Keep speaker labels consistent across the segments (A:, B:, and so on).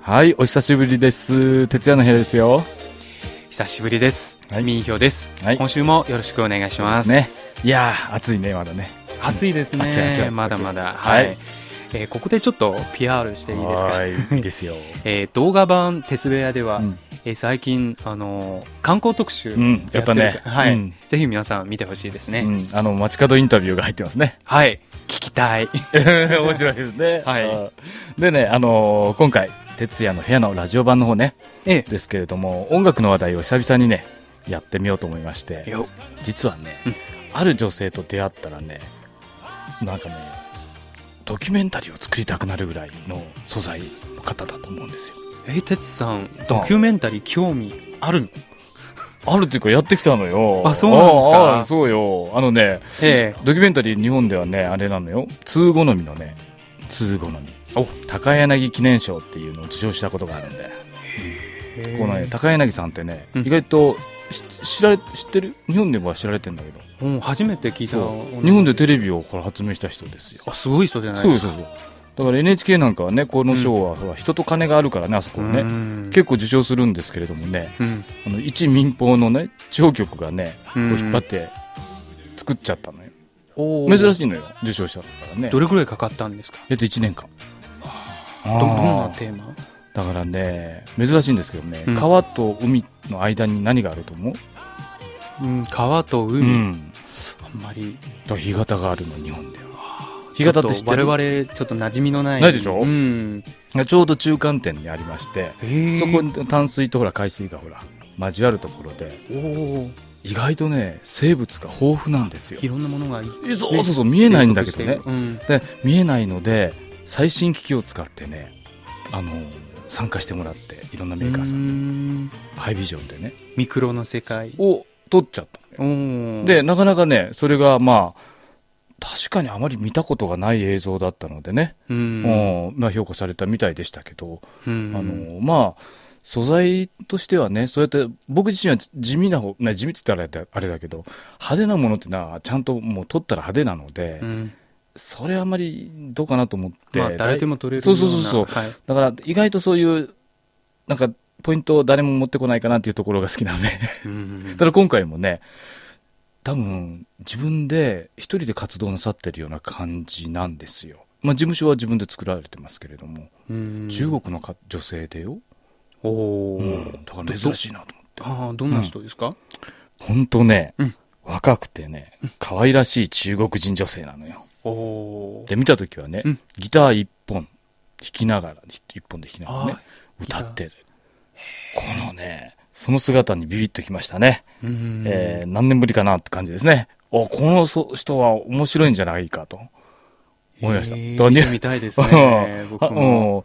A: はい、お久しぶりです。徹夜の部屋ですよ。
B: 久しぶりです。
A: はい
B: ミンヒョです、
A: はい
B: 今週もよろしくお願いします。
A: ね。いやー、暑いね、まだね。
B: 暑いですね。
A: 暑い暑い暑い暑い
B: まだまだ。はい。
A: はい
B: えーここでちょっと PR していいですか。
A: ーい、いい ですよ。
B: えー動画版鉄部屋では、
A: うん
B: えー最近、あのー観光特集
A: うんやったね
B: やってるはい、
A: うん
B: ぜひ皆さん見てほしいですね。
A: うん、あの、街角インタビューが入ってます ね。
B: はい。聞きたい。
A: 面白いですね。
B: はい
A: あー。でね、あのー今回、徹夜の部屋のラジオ版の方ね、
B: え
A: ですけれども、音楽の話題を久々にね、やってみようと思いまし
B: え
A: て、
B: よ。
A: 実はね、
B: うん
A: ある女性と出会ったらね、なんかね、ドキュメンタリーを作りたくなるぐらいの素材の方だと思うんですよ。
B: えー、てつさん、ドキュメンタリー興味あるの
A: あるっていうかやってきたのよ。
B: あそうなんですか
A: ああそうよ。あのね、
B: え
A: ドキュメンタリー日本ではね、あれなのよ。通好みのね、通好み。お高柳記念賞っていうのを受賞したことがあるんで。
B: え
A: このね、高柳さんってね、
B: うん
A: 意外とし知られ、知ってる日本では知られてんだけど。
B: うん初めて聞いた
A: そう。日本でテレビをほら発明した人ですよ。
B: あすごい人じゃない
A: そう
B: です
A: そ
B: か
A: うそう。だから NHK なんかはね、この賞は、ほら人と金があるからね、あそこは
B: う
A: ね。
B: ん
A: 結構受賞するんですけれどもね、
B: うん
A: あの一民放のね、地方局がね、
B: うん
A: を引っ張って作っちゃったのよ、
B: おー
A: 珍しいのよ受賞したからね
B: どれくらいかかったんですか
A: えっと1年間
B: ど
A: ど
B: どんなテーマ
A: だからね珍しいんですけどね、
B: うん
A: 川と海の間に何があると思う、
B: うん川と
A: う
B: 海、
A: ん
B: あんまり
A: だから干潟があるの日本では干潟って知ってる
B: 我々ちょっと馴染みのない
A: ないでしょ
B: うん
A: ちょうど中間点にありましてそこに淡水とほら海水がほら交わるところで
B: おお
A: 意外とね生物が豊富なんですよ
B: いろんなものがい
A: えそうそうそう見えないんだけど
B: 生息
A: ね
B: しているうん
A: で見えないので最新機器を使ってねあの参加してもらっていろんなメーカーさん
B: うん
A: ハイビジョンでね
B: ミクロの世界
A: を撮っちゃったのよ
B: おー
A: でなかなかねそれがまあ確かにあまり見たことがない映像だったのでね、
B: う
A: うんんまあ、評価されたみたいでしたけど、
B: うん
A: あのまあ素材としてはねそうやって僕自身は地味な方ね地味って言ったらあれだけど派手なものってのはちゃんともう撮ったら派手なので、
B: うん
A: それあんまりどうかなと思って、
B: まあ誰でも撮れる
A: そうそうそうそう
B: よなはい
A: だから意外とそういうなんかポイントを誰も持ってこないかなっていうところが好きなので
B: うん
A: ただ今回もね、多分自分で一人で活動なさってるような感じなんですよ。まあ事務所は自分で作られてますけれども、
B: うん
A: 中国のか女性でよ、
B: おお
A: うんだから珍しいなと思って。
B: ああどんな人ですか
A: ほんとね、
B: うん
A: 若くてね、可愛らしい中国人女性なのよ。
B: おおー
A: で、見た時はね、
B: うん
A: ギター一本弾きながら、一本で弾きながらね
B: あ、
A: 歌ってる。このね、その姿にビビッときましたね。
B: うん
A: えー何年ぶりかなって感じですね。おこのそ人は面白いんじゃないかと思いました。
B: えー
A: だから
B: 見
A: ね。
B: てみたいですね
A: あ
B: 僕 も。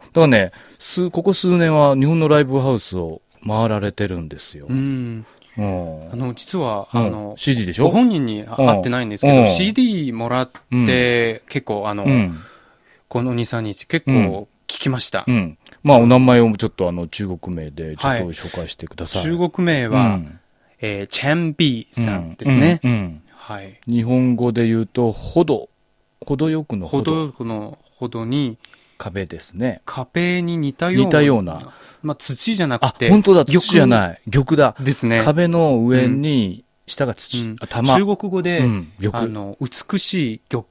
A: うんだからね数、ここ数年は日本のライブハウスを回られてるんですよ。
B: うん。
A: うん
B: あの、実は、
A: うん
B: あの、
A: CD でしょ
B: ご本人にあ会ってないんですけ
A: うん
B: ど、CD もらって、結構、あの
A: う、ん。
B: この2、3日結
A: う
B: 構聞きました
A: う。ん。まあ、お名前をちょっとあの、中国名でちょっ
B: はい
A: と紹介してください。
B: 中国名
A: う
B: は、
A: ん
B: えーチェンビーさんですね。
A: うんうん
B: はい。
A: 日本語で言うと、ほど。ほどよくのほ
B: ほ
A: ど。
B: ど、この、ほどに、
A: 壁ですね。
B: 壁に似たような。
A: 似たような。
B: まあ、土じゃな
A: あ
B: く、て、
A: 本当だ、土じゃない。玉だ。
B: ですね。
A: 壁の上に、下が土、
B: うん
A: あ玉。
B: 中国語で、
A: うん、玉。
B: あの、美しい玉、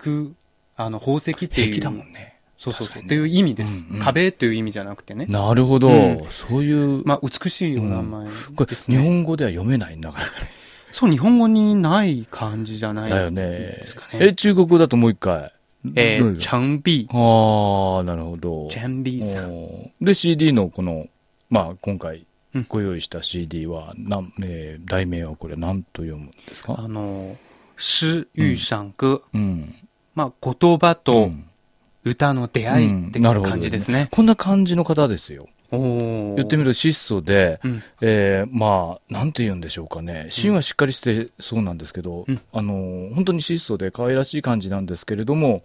B: あの、宝石って
A: 平
B: い
A: 気だ
B: う
A: もんね。
B: そうそ
A: 確
B: うそ
A: か
B: う。
A: に
B: っ
A: ね
B: ていう意味です。
A: うんうん
B: 壁という意味じゃなくてね。
A: なるほど、
B: うん
A: そういう、
B: まあ、美しいお名前です、ね
A: これ、日本語では読めないんだか
B: そう、日本語にない感じじゃな
A: ら。
B: い
A: だよ
B: で
A: ね
B: すか。ね。
A: え、中国語だともう一回。
B: え
A: どう
B: ー、
A: ぞ
B: チャンビー。
A: ああ、なるほど。
B: チャンビーさん。
A: おーで、CD のこの、まあ、今回
B: うん、
A: ご用意した CD は、なん、えー題名はこれ何と読むんですか
B: あの、詩与唱歌。
A: うん。
B: まあ、言葉
A: う
B: と
A: ん
B: 歌の出会いって
A: うんなるほど
B: 感じですね。
A: こんな感じの方ですよ。
B: おお。
A: 言ってみると質素で、
B: うん。
A: えーまあ、なんて言うんでしょうかね、芯はしっかりしてそうなんですけど、
B: うん
A: あの本当に質素で可愛らしい感じなんですけれども、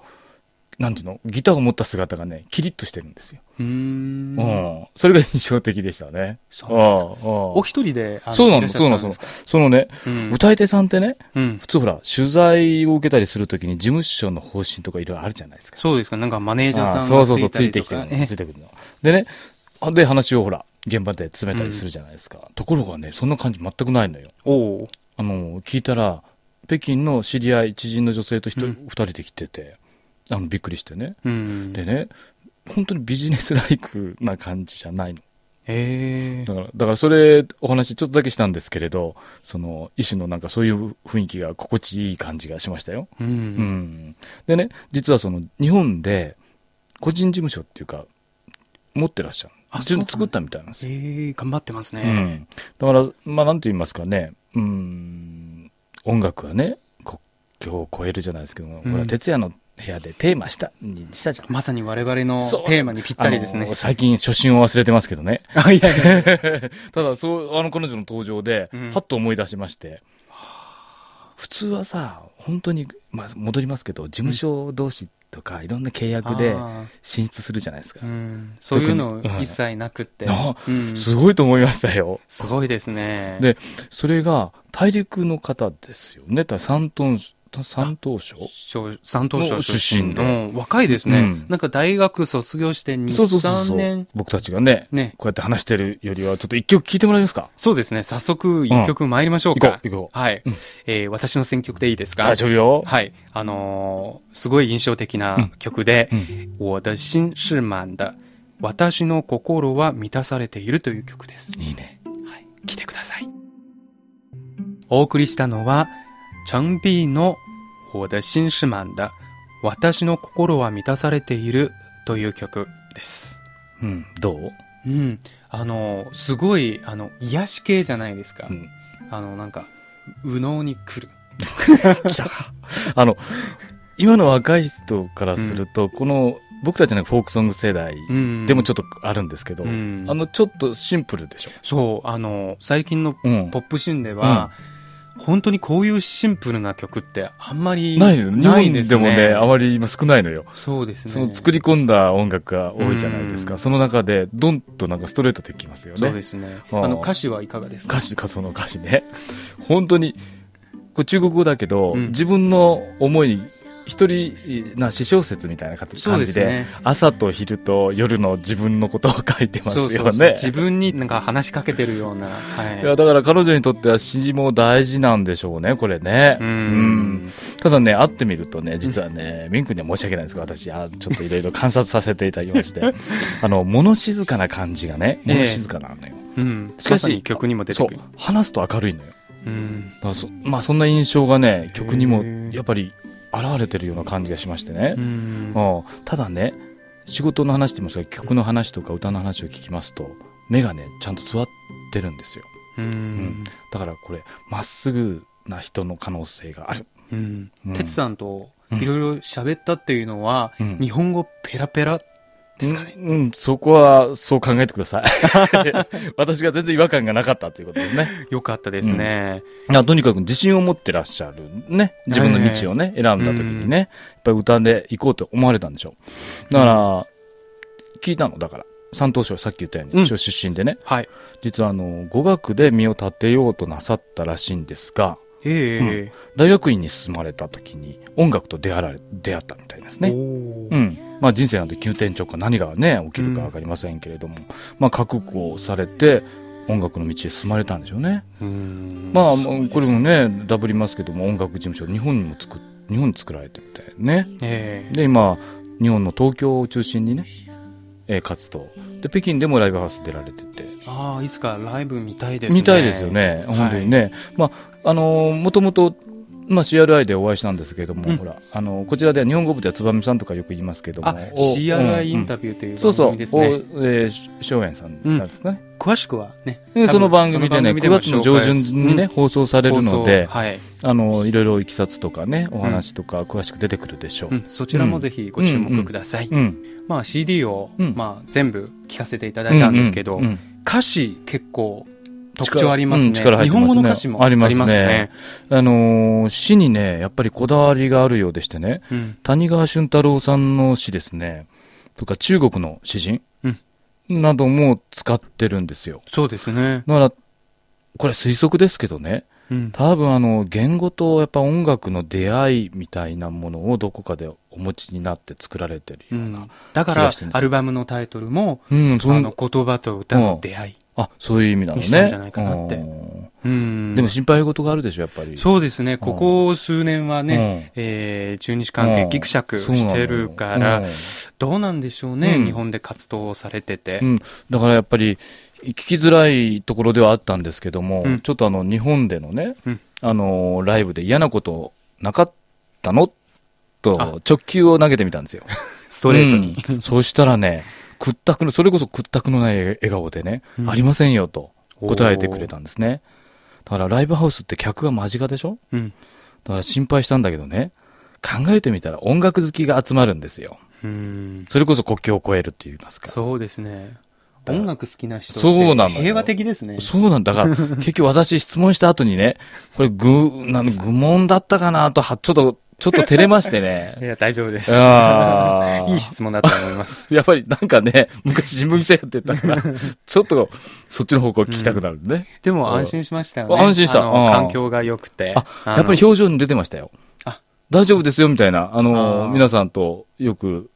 A: なんていうの、ギターを持った姿がね、キリッとしてるんですよ。
B: うー。
A: うんん、それが印象的でしたね。
B: そうなんです
A: あああ
B: か
A: あ
B: お一人で、あ
A: そうない
B: ら
A: の、
B: っしゃ
A: そ
B: っ
A: うな
B: た
A: の、そう
B: んで
A: なの
B: すか。
A: そのね、
B: うん
A: 歌い手さんってね、
B: うん
A: 普。通ほら、取材を受けたりするときに事務所の方針とかいろいろあるじゃないですか。
B: そうですか。なんかマネージャーさん
A: あ
B: が
A: そうそうそう、つ
B: つい
A: い
B: た
A: て
B: り
A: き
B: と
A: て
B: か
A: る
B: ね
A: の。ついてくるの。でね、あで、話をほら、現場で詰めたりするじゃないですか。ところがね、そんな感じ全くないのよ。
B: おお
A: あの、聞いたら、北京の知り合い、知人の女性と一人、
B: うん
A: 二、人で来てて、あの、びっくりしてね。
B: うん
A: でね、本当にビジネスライクな感じじゃないの。
B: え
A: だから、だからそれ、お話ちょっとだけしたんですけれど、その、一種のなんかそういう雰囲気が心地いい感じがしましたよ。
B: う
A: うんん。でね、実はその、日本で、個人事務所っていうか、持ってらっしゃる。
B: あ
A: 自分で
B: そうな
A: 作ったみ
B: んだ
A: たいなんですよ
B: えー、頑張ってます
A: う
B: ね、
A: ん、だから、まあ、なんて言いますかね、うん、音楽はね、国境を超えるじゃないですけども、
B: うん
A: ほら、哲也の部屋でテーマした、にしたじゃん。
B: まさに我々の
A: そう
B: テーマにぴったりです
A: あ
B: ね
A: の最近、初心を忘れてますけどね。
B: あいやいや
A: ただ、そう、あの彼女の登場で、
B: うん
A: はっと思い出しまして、普通はさ、本当に、まあ、戻りますけど、事務所同士とか、いろんな契約で
B: あ
A: 進出するじゃないですか
B: ーう。ん、そういうの
A: 特にうん
B: 一切なくって、
A: あ
B: うん
A: すごいと思いましたよ。
B: すごいですね
A: でそれが大陸の方ですよね。た三島、三島省
B: 小山東省出身
A: の出
B: うん若いですね、
A: うん
B: なんか大学卒業して2、
A: そうそうそう
B: 3
A: そう
B: 年。
A: 僕たちがね、
B: ね、
A: こうやって話してるよりは、ちょっと一曲聴いてもらえますか
B: そうですね、早速一曲参りましょう
A: 行こ
B: か。
A: う、行こう。
B: はい、えー私の選曲でいいですか
A: 大丈夫よ。
B: はい。あのーすごい印象的な曲で、
A: うん
B: 我的心是满的。私の心は満たされているという曲です。
A: いいね。
B: はい。来てください。お送りしたのは、チャンビーの我的心是满的。私の心は満たされているという曲です。
A: うん、どう
B: うん。あのーすごい、あの、癒し系じゃないですか。
A: うん
B: あの、なんか、右脳に来る。
A: 来たか。あの、今の若い人からすると、この、僕たちのフォークソング世代
B: うん。
A: でも
B: ょ
A: ちょっとあるんですけど、
B: うん
A: あの、ちょっとシンプルでしょ。
B: そう、あのー最近の
A: うん。
B: ポップシーンでは、本当にこういうシンプルな曲ってあんまり
A: ないです
B: な
A: 日
B: いで
A: 本
B: す
A: でも
B: ね。
A: ね、あまり今少ないのよ。
B: そうですね。
A: その作
B: り、
A: り込んだ音楽が多いじゃないです
B: う
A: か。
B: ん
A: その中で、どんとなんかストレートできますよね。
B: そうですね。
A: あー
B: あの歌詞はいかがですか
A: 歌詞、かその歌詞ね。本当に、これ中国語だけど、
B: うん
A: 自分の思い、一人な詩小説みたいな感じ
B: そう
A: 感
B: で
A: じ
B: す
A: で、
B: ね。
A: 朝と昼と夜の自分のことを書いてます
B: そ
A: よ
B: う
A: ね。
B: そうそう自分になんか話しかけてるような。はい
A: いや、だから彼女にとっては詩も大事なんでしょうね、これね。
B: う
A: うん
B: ん。
A: ただね、会ってみるとね、実はね、ミン君には申し訳ないんですが、私、あちょっといろいろ観察させていただきま して、あの、物静かな感じがね、
B: ええ
A: 物静かなのよ。
B: うん。
A: しかし
B: まさに曲にも出て
A: そう
B: くる。。
A: 話すと明るいのよ。
B: うん。
A: まあ、そまあ、そんな印象がね、曲に
B: へ
A: も
B: ー
A: やっぱり現れてるような感じがしましてね
B: う。ん。
A: うんただね、仕事の話って言いますが、曲の話とか歌の話を聞きますと、目がね、ちゃんと座ってるんですよ。
B: うん。
A: だからこれ、まっすぐな人の可能性がある。
B: うん
A: うん。
B: 哲さんといろいろ喋ったっていうのは、
A: うん
B: 日本語ペラペラですかね。
A: うん、うんそこは、そう考えてください。 私が全然違和感がなかったということですね。
B: よかったですね。
A: あとにかく自信を持ってらっしゃるね。自分の道をね、選んだ時にね、やっぱり歌で行こうと思われたんでしょう。だから、聞いたの、だから。山東省、さっき言ったよう
B: う
A: に、
B: ん
A: 出身でね、
B: はい。
A: 実はあの、語学で身を立てようとなさったらしいんですが、
B: え
A: 大学院に進まれた時に音楽と出会われ出会ったみたいですね。
B: え。おー
A: うん。まあ人生なんて急転直下何がね、起きるかわかりませんけれども、まあ覚悟をされて音楽の道へ進まれたんでしょうね。ま
B: ま
A: あ、もうこれもね、ダブりますけども、音楽事務所、日本にも作っ、日本に作られてみたいね。
B: え
A: で、今、日本の東京を中心にね、えー活動。で、北京でもライブハウス出られてて、
B: えああいつかライブ見たいですね
A: みたいですよね、
B: はい
A: 本当にね。まあ、あのー、もともと、まあ、CRI でお会いしたんですけれども、
B: うん
A: ほら、あのー、こちらでは日本語部では燕さんとかよく言いますけども、
B: あ CRI イン
A: ビ
B: タビューという
A: そう
B: 番
A: そう、
B: 組です
A: お
B: ね、
A: えー、し荘園さんなんですかね。
B: 詳しくはね
A: でその番組でね、
B: 多分
A: 9月の上旬にね、
B: うん
A: 放送されるので
B: 放、送はい、
A: あの、いろいろいきさつとかね、お話とか詳しく出てくるでしょう。
B: うん、そちらもぜひご注目ください、
A: うん。
B: まあ、CD を、
A: うん
B: まあ、全部聞かせていただいたんですけど、
A: ううん
B: 歌詞結構特徴ありますね,、
A: 力うん力入って
B: 日
A: ますね
B: 本語の歌詞もありますね
A: あのー詩にね、やっぱりこだわりがあるようでしてね、
B: うん
A: 谷川俊太郎さんの詩ですね、とか中国の詩人、
B: うん
A: なども使ってるんですよ。
B: そうですね
A: だから、これ推測ですけどね、
B: うん
A: 多分あの、言語とやっぱ音楽の出会いみたいなものをどこかでお持ちになって作られてる
B: う
A: ようんな。、
B: だか
A: 気
B: ら
A: がしてるんですよ
B: アルバムのタイトルも
A: うん、そ
B: あ
A: ん
B: の言葉と歌の出会い、
A: あ、そういう意味なの
B: にしたん
A: ね。
B: じゃないかなって
A: うん
B: うん
A: でも心配事があるでしょ、やっぱり。
B: そうですねここ数年は
A: う
B: ね、
A: ね。
B: えー中日関係ギクシャクしてるか
A: そう
B: ら、
A: なのよ
B: どうなんでしょうね、
A: うん
B: 日本で活動されてて
A: う。んだからやっぱり、聞きづらいところではあったんですけども、
B: うん
A: ちょっとあの、日本でのね、
B: うん
A: あの、ライブで嫌なことなかったの
B: あ
A: と、直球を投げてみたんです よ。
B: ス
A: ス。そうしたらね、屈託の、それこそ屈託のない笑顔でね、
B: うん
A: ありませんよと答えてくれたんですね。だからライブハウスって客が間近でしょ
B: うん。
A: だから心配したんだけどね、考えてみたら音楽好きが集まるんですよ。
B: うん。
A: それこそ国境を越えるって言いますか。
B: そうですね。
A: だから
B: 音楽好きな人って
A: そうなのよ
B: 平和的ですね。
A: そうなんだから、 結局私質問した後にね、これぐ、なん愚問だったかなと、は、ちょっと、ちょっと照れまして
B: い
A: ね。
B: や、大丈夫です。
A: あー
B: いい質問だと思います。
A: やっぱりなんかね、昔新聞記者やってた から、ちょっとそっちの方向聞きたくなるね。
B: でも安心しましたよね。
A: 安心した
B: あの
A: うん
B: 環境が良くて。
A: あ
B: あの
A: やっぱり表情に出てましたよ
B: あ。
A: 大丈夫ですよみたいな、あの
B: あー
A: 皆さんとよく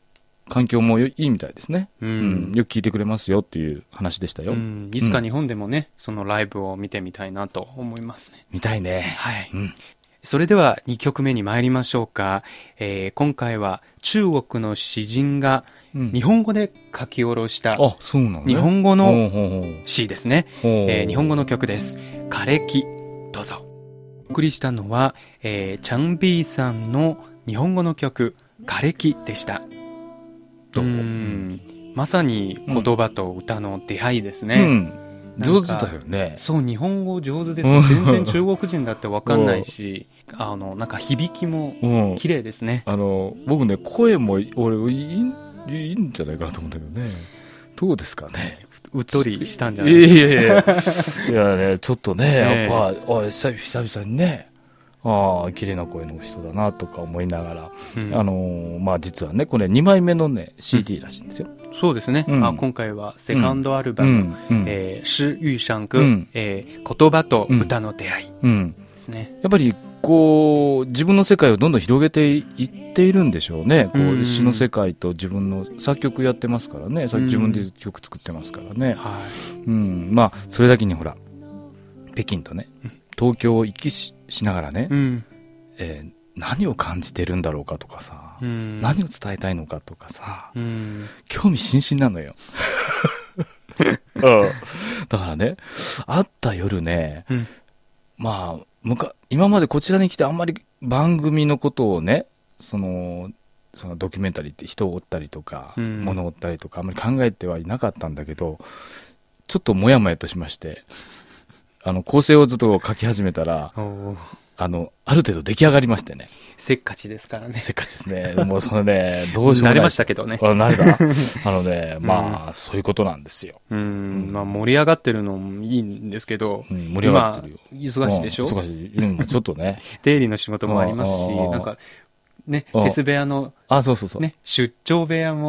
A: 環境もよいいみたいですね、
B: う
A: うん
B: ん。
A: よく聞いてくれますよっていう話でしたよ。
B: うんいつか日本でもね、そのライブを見てみたいなと思いますね。
A: 見たいね。
B: はい。
A: うん。
B: それでは2曲目に参りましょうか。えー今回は中国の詩人が日
A: 日
B: 本語で書き下ろした
A: あ、そうなの、ね、
B: 日本語の
A: の、ほうほうほう
B: 詩ですね。
A: ほう
B: えー日本語の曲です。枯れ木、どうぞ。お送りしたのは、えーチャンビーさんの日本語の曲、枯れ木でした。う
A: どう
B: んまさに言葉と歌の出会いです
A: う
B: ね。
A: ん。
B: なんか
A: 上手だよね。
B: そう、日本語上手です
A: う。ん
B: 全然中国人だってわかんないし、あの、なんか響きも
A: うん。
B: 綺麗ですね。
A: あの、僕ね、声も、俺、いいんいいんじゃないかなと思うんだけどね。どうですかね。
B: うっとりしたん
A: い
B: じゃ
A: や
B: ないですか。
A: いや いや。いやね、ちょっとね、
B: ええ
A: やっぱ、あ久々久々にね、ああ、綺麗な声の人だなとか思いながら、
B: うん
A: あのーまあ実はね、これ2枚目のね、CD らしいんですよ。
B: そうですね、
A: うん
B: あ。今回はセカンドアル
A: う
B: バム、
A: ん。うん。
B: えー、詩遇上歌、
A: うん
B: えー言葉と歌の出会いで
A: うん。
B: すね。
A: やっぱり、こう、自分の世界をどんどん広げていっているんでしょうね。こ
B: うん
A: う、詩の世界と自分の、作曲やってますからね。作
B: うん
A: 自分で曲作ってますからね。
B: は
A: うん。まあ、それだけにほら、北京とね
B: うん、
A: 東京を行きししながらね
B: い。、うん。
A: えー何を感じてるんだろうかとかさ、
B: うん。
A: 何を伝えたいのかとかさ、
B: うん。
A: 興味津々なのよ。うんだからね、会った夜ね、
B: うん
A: まあ、むか今までこちらに来てあんまり番組のことをね、その、そのドキュメンタリーって人を追ったりとか、
B: うん
A: 物を追ったりとか、あんまり考えてはいなかったんだけど、ちょっともやもやとしまして、あの、構成をずっと書き始めたら、
B: おー
A: あの、ある程度出来上がりましてね。
B: せっかちですからね。
A: せっかちですね。もうそのね、どうしようもな
B: 慣
A: い。
B: れましたけどね。
A: あ。慣れ た。あのね、まあ、そういうことなんですよ。
B: うん。まあ、盛り上がってるのもいいんですけど、
A: うん、盛り上がってるよ。
B: 今忙しいでしょ、
A: うん忙しい。うん、ちょっと ね。
B: 出入りの仕事もありますし、
A: うんうんうん
B: なんか、ね、
A: うん
B: 鉄部屋の、
A: あ、そうそうそう。
B: ね、出張 部屋も、、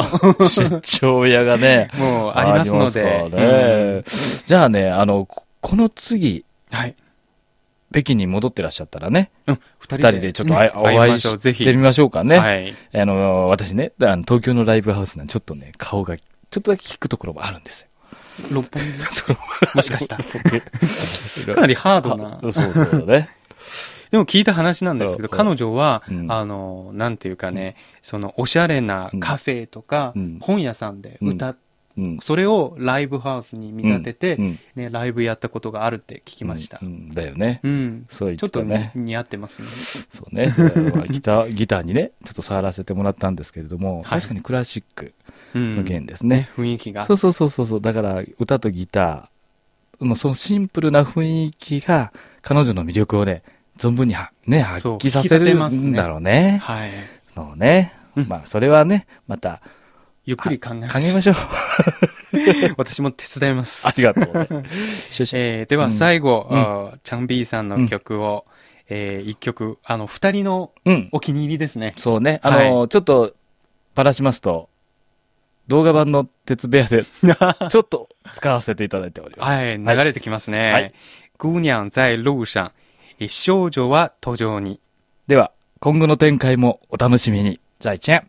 A: 出張屋がね
B: もう ありますので。
A: ありますからねじゃあね、あの、ここの次、
B: うんはい。
A: 北京に戻ってらっしゃったらね、
B: うん、
A: 二人でちょっとあい
B: ね
A: お会い
B: まょう
A: し
B: ぜひ
A: てみましょうかね。
B: はい。
A: あの、私ね、あの東京のライブハウスなんでちょっとね、顔が、ちょっとだけ引くところもあるんですよ。
B: 六本木
A: その
B: もしかしたら。かなりハードな。
A: あそうそうだね。
B: でも聞いた話なんですけど、
A: うんうん
B: 彼女は、
A: うん
B: あの、なんていうかね、その、おしゃれなカフェとか、
A: うん
B: 本屋さんで歌っ、
A: うん。
B: それをライブハウスに見立てて、
A: うん、
B: ね、ライブやったことがあるって聞き
A: 来
B: ました。
A: う
B: うんん。
A: うんだよね。そう言っ
B: ちょってと
A: た
B: ね
A: ね。
B: 似合ってますね。
A: そうね。それはギ ター、ギターにね、ちょっと触らせてもらったんですけれども、
B: はい
A: 確かにクラシック
B: うん。
A: の弦ですね。
B: 雰囲気が
A: そ。うそうそうそうそう。だから、歌とギター、もうそのシンプルな雰囲気が、彼女の魅力をね、存分には、ね、発揮させ
B: 引き立て
A: る
B: ますね
A: んだろうね。
B: はい。
A: そうね。
B: うん
A: まあ、それはね、また、
B: ゆっくり考えま
A: 考
B: し
A: え
B: ょ
A: ま しょう。
B: う。私も手伝います。
A: ありがとうね。 シュシュ
B: えーでは最後、
A: うん
B: あーチャンビーさんの曲を、えー一曲、あの、二人の
A: うん。
B: お気に入りですね。
A: そうね。あの、ちょっと、ばらしますと、動画版の鉄部屋で、ちょっと使わせていただいております。
B: はい、流れてきますね。
A: はい
B: 姑娘在路上、一少女は途上に。
A: では、今後の展開もお楽しみに。再见。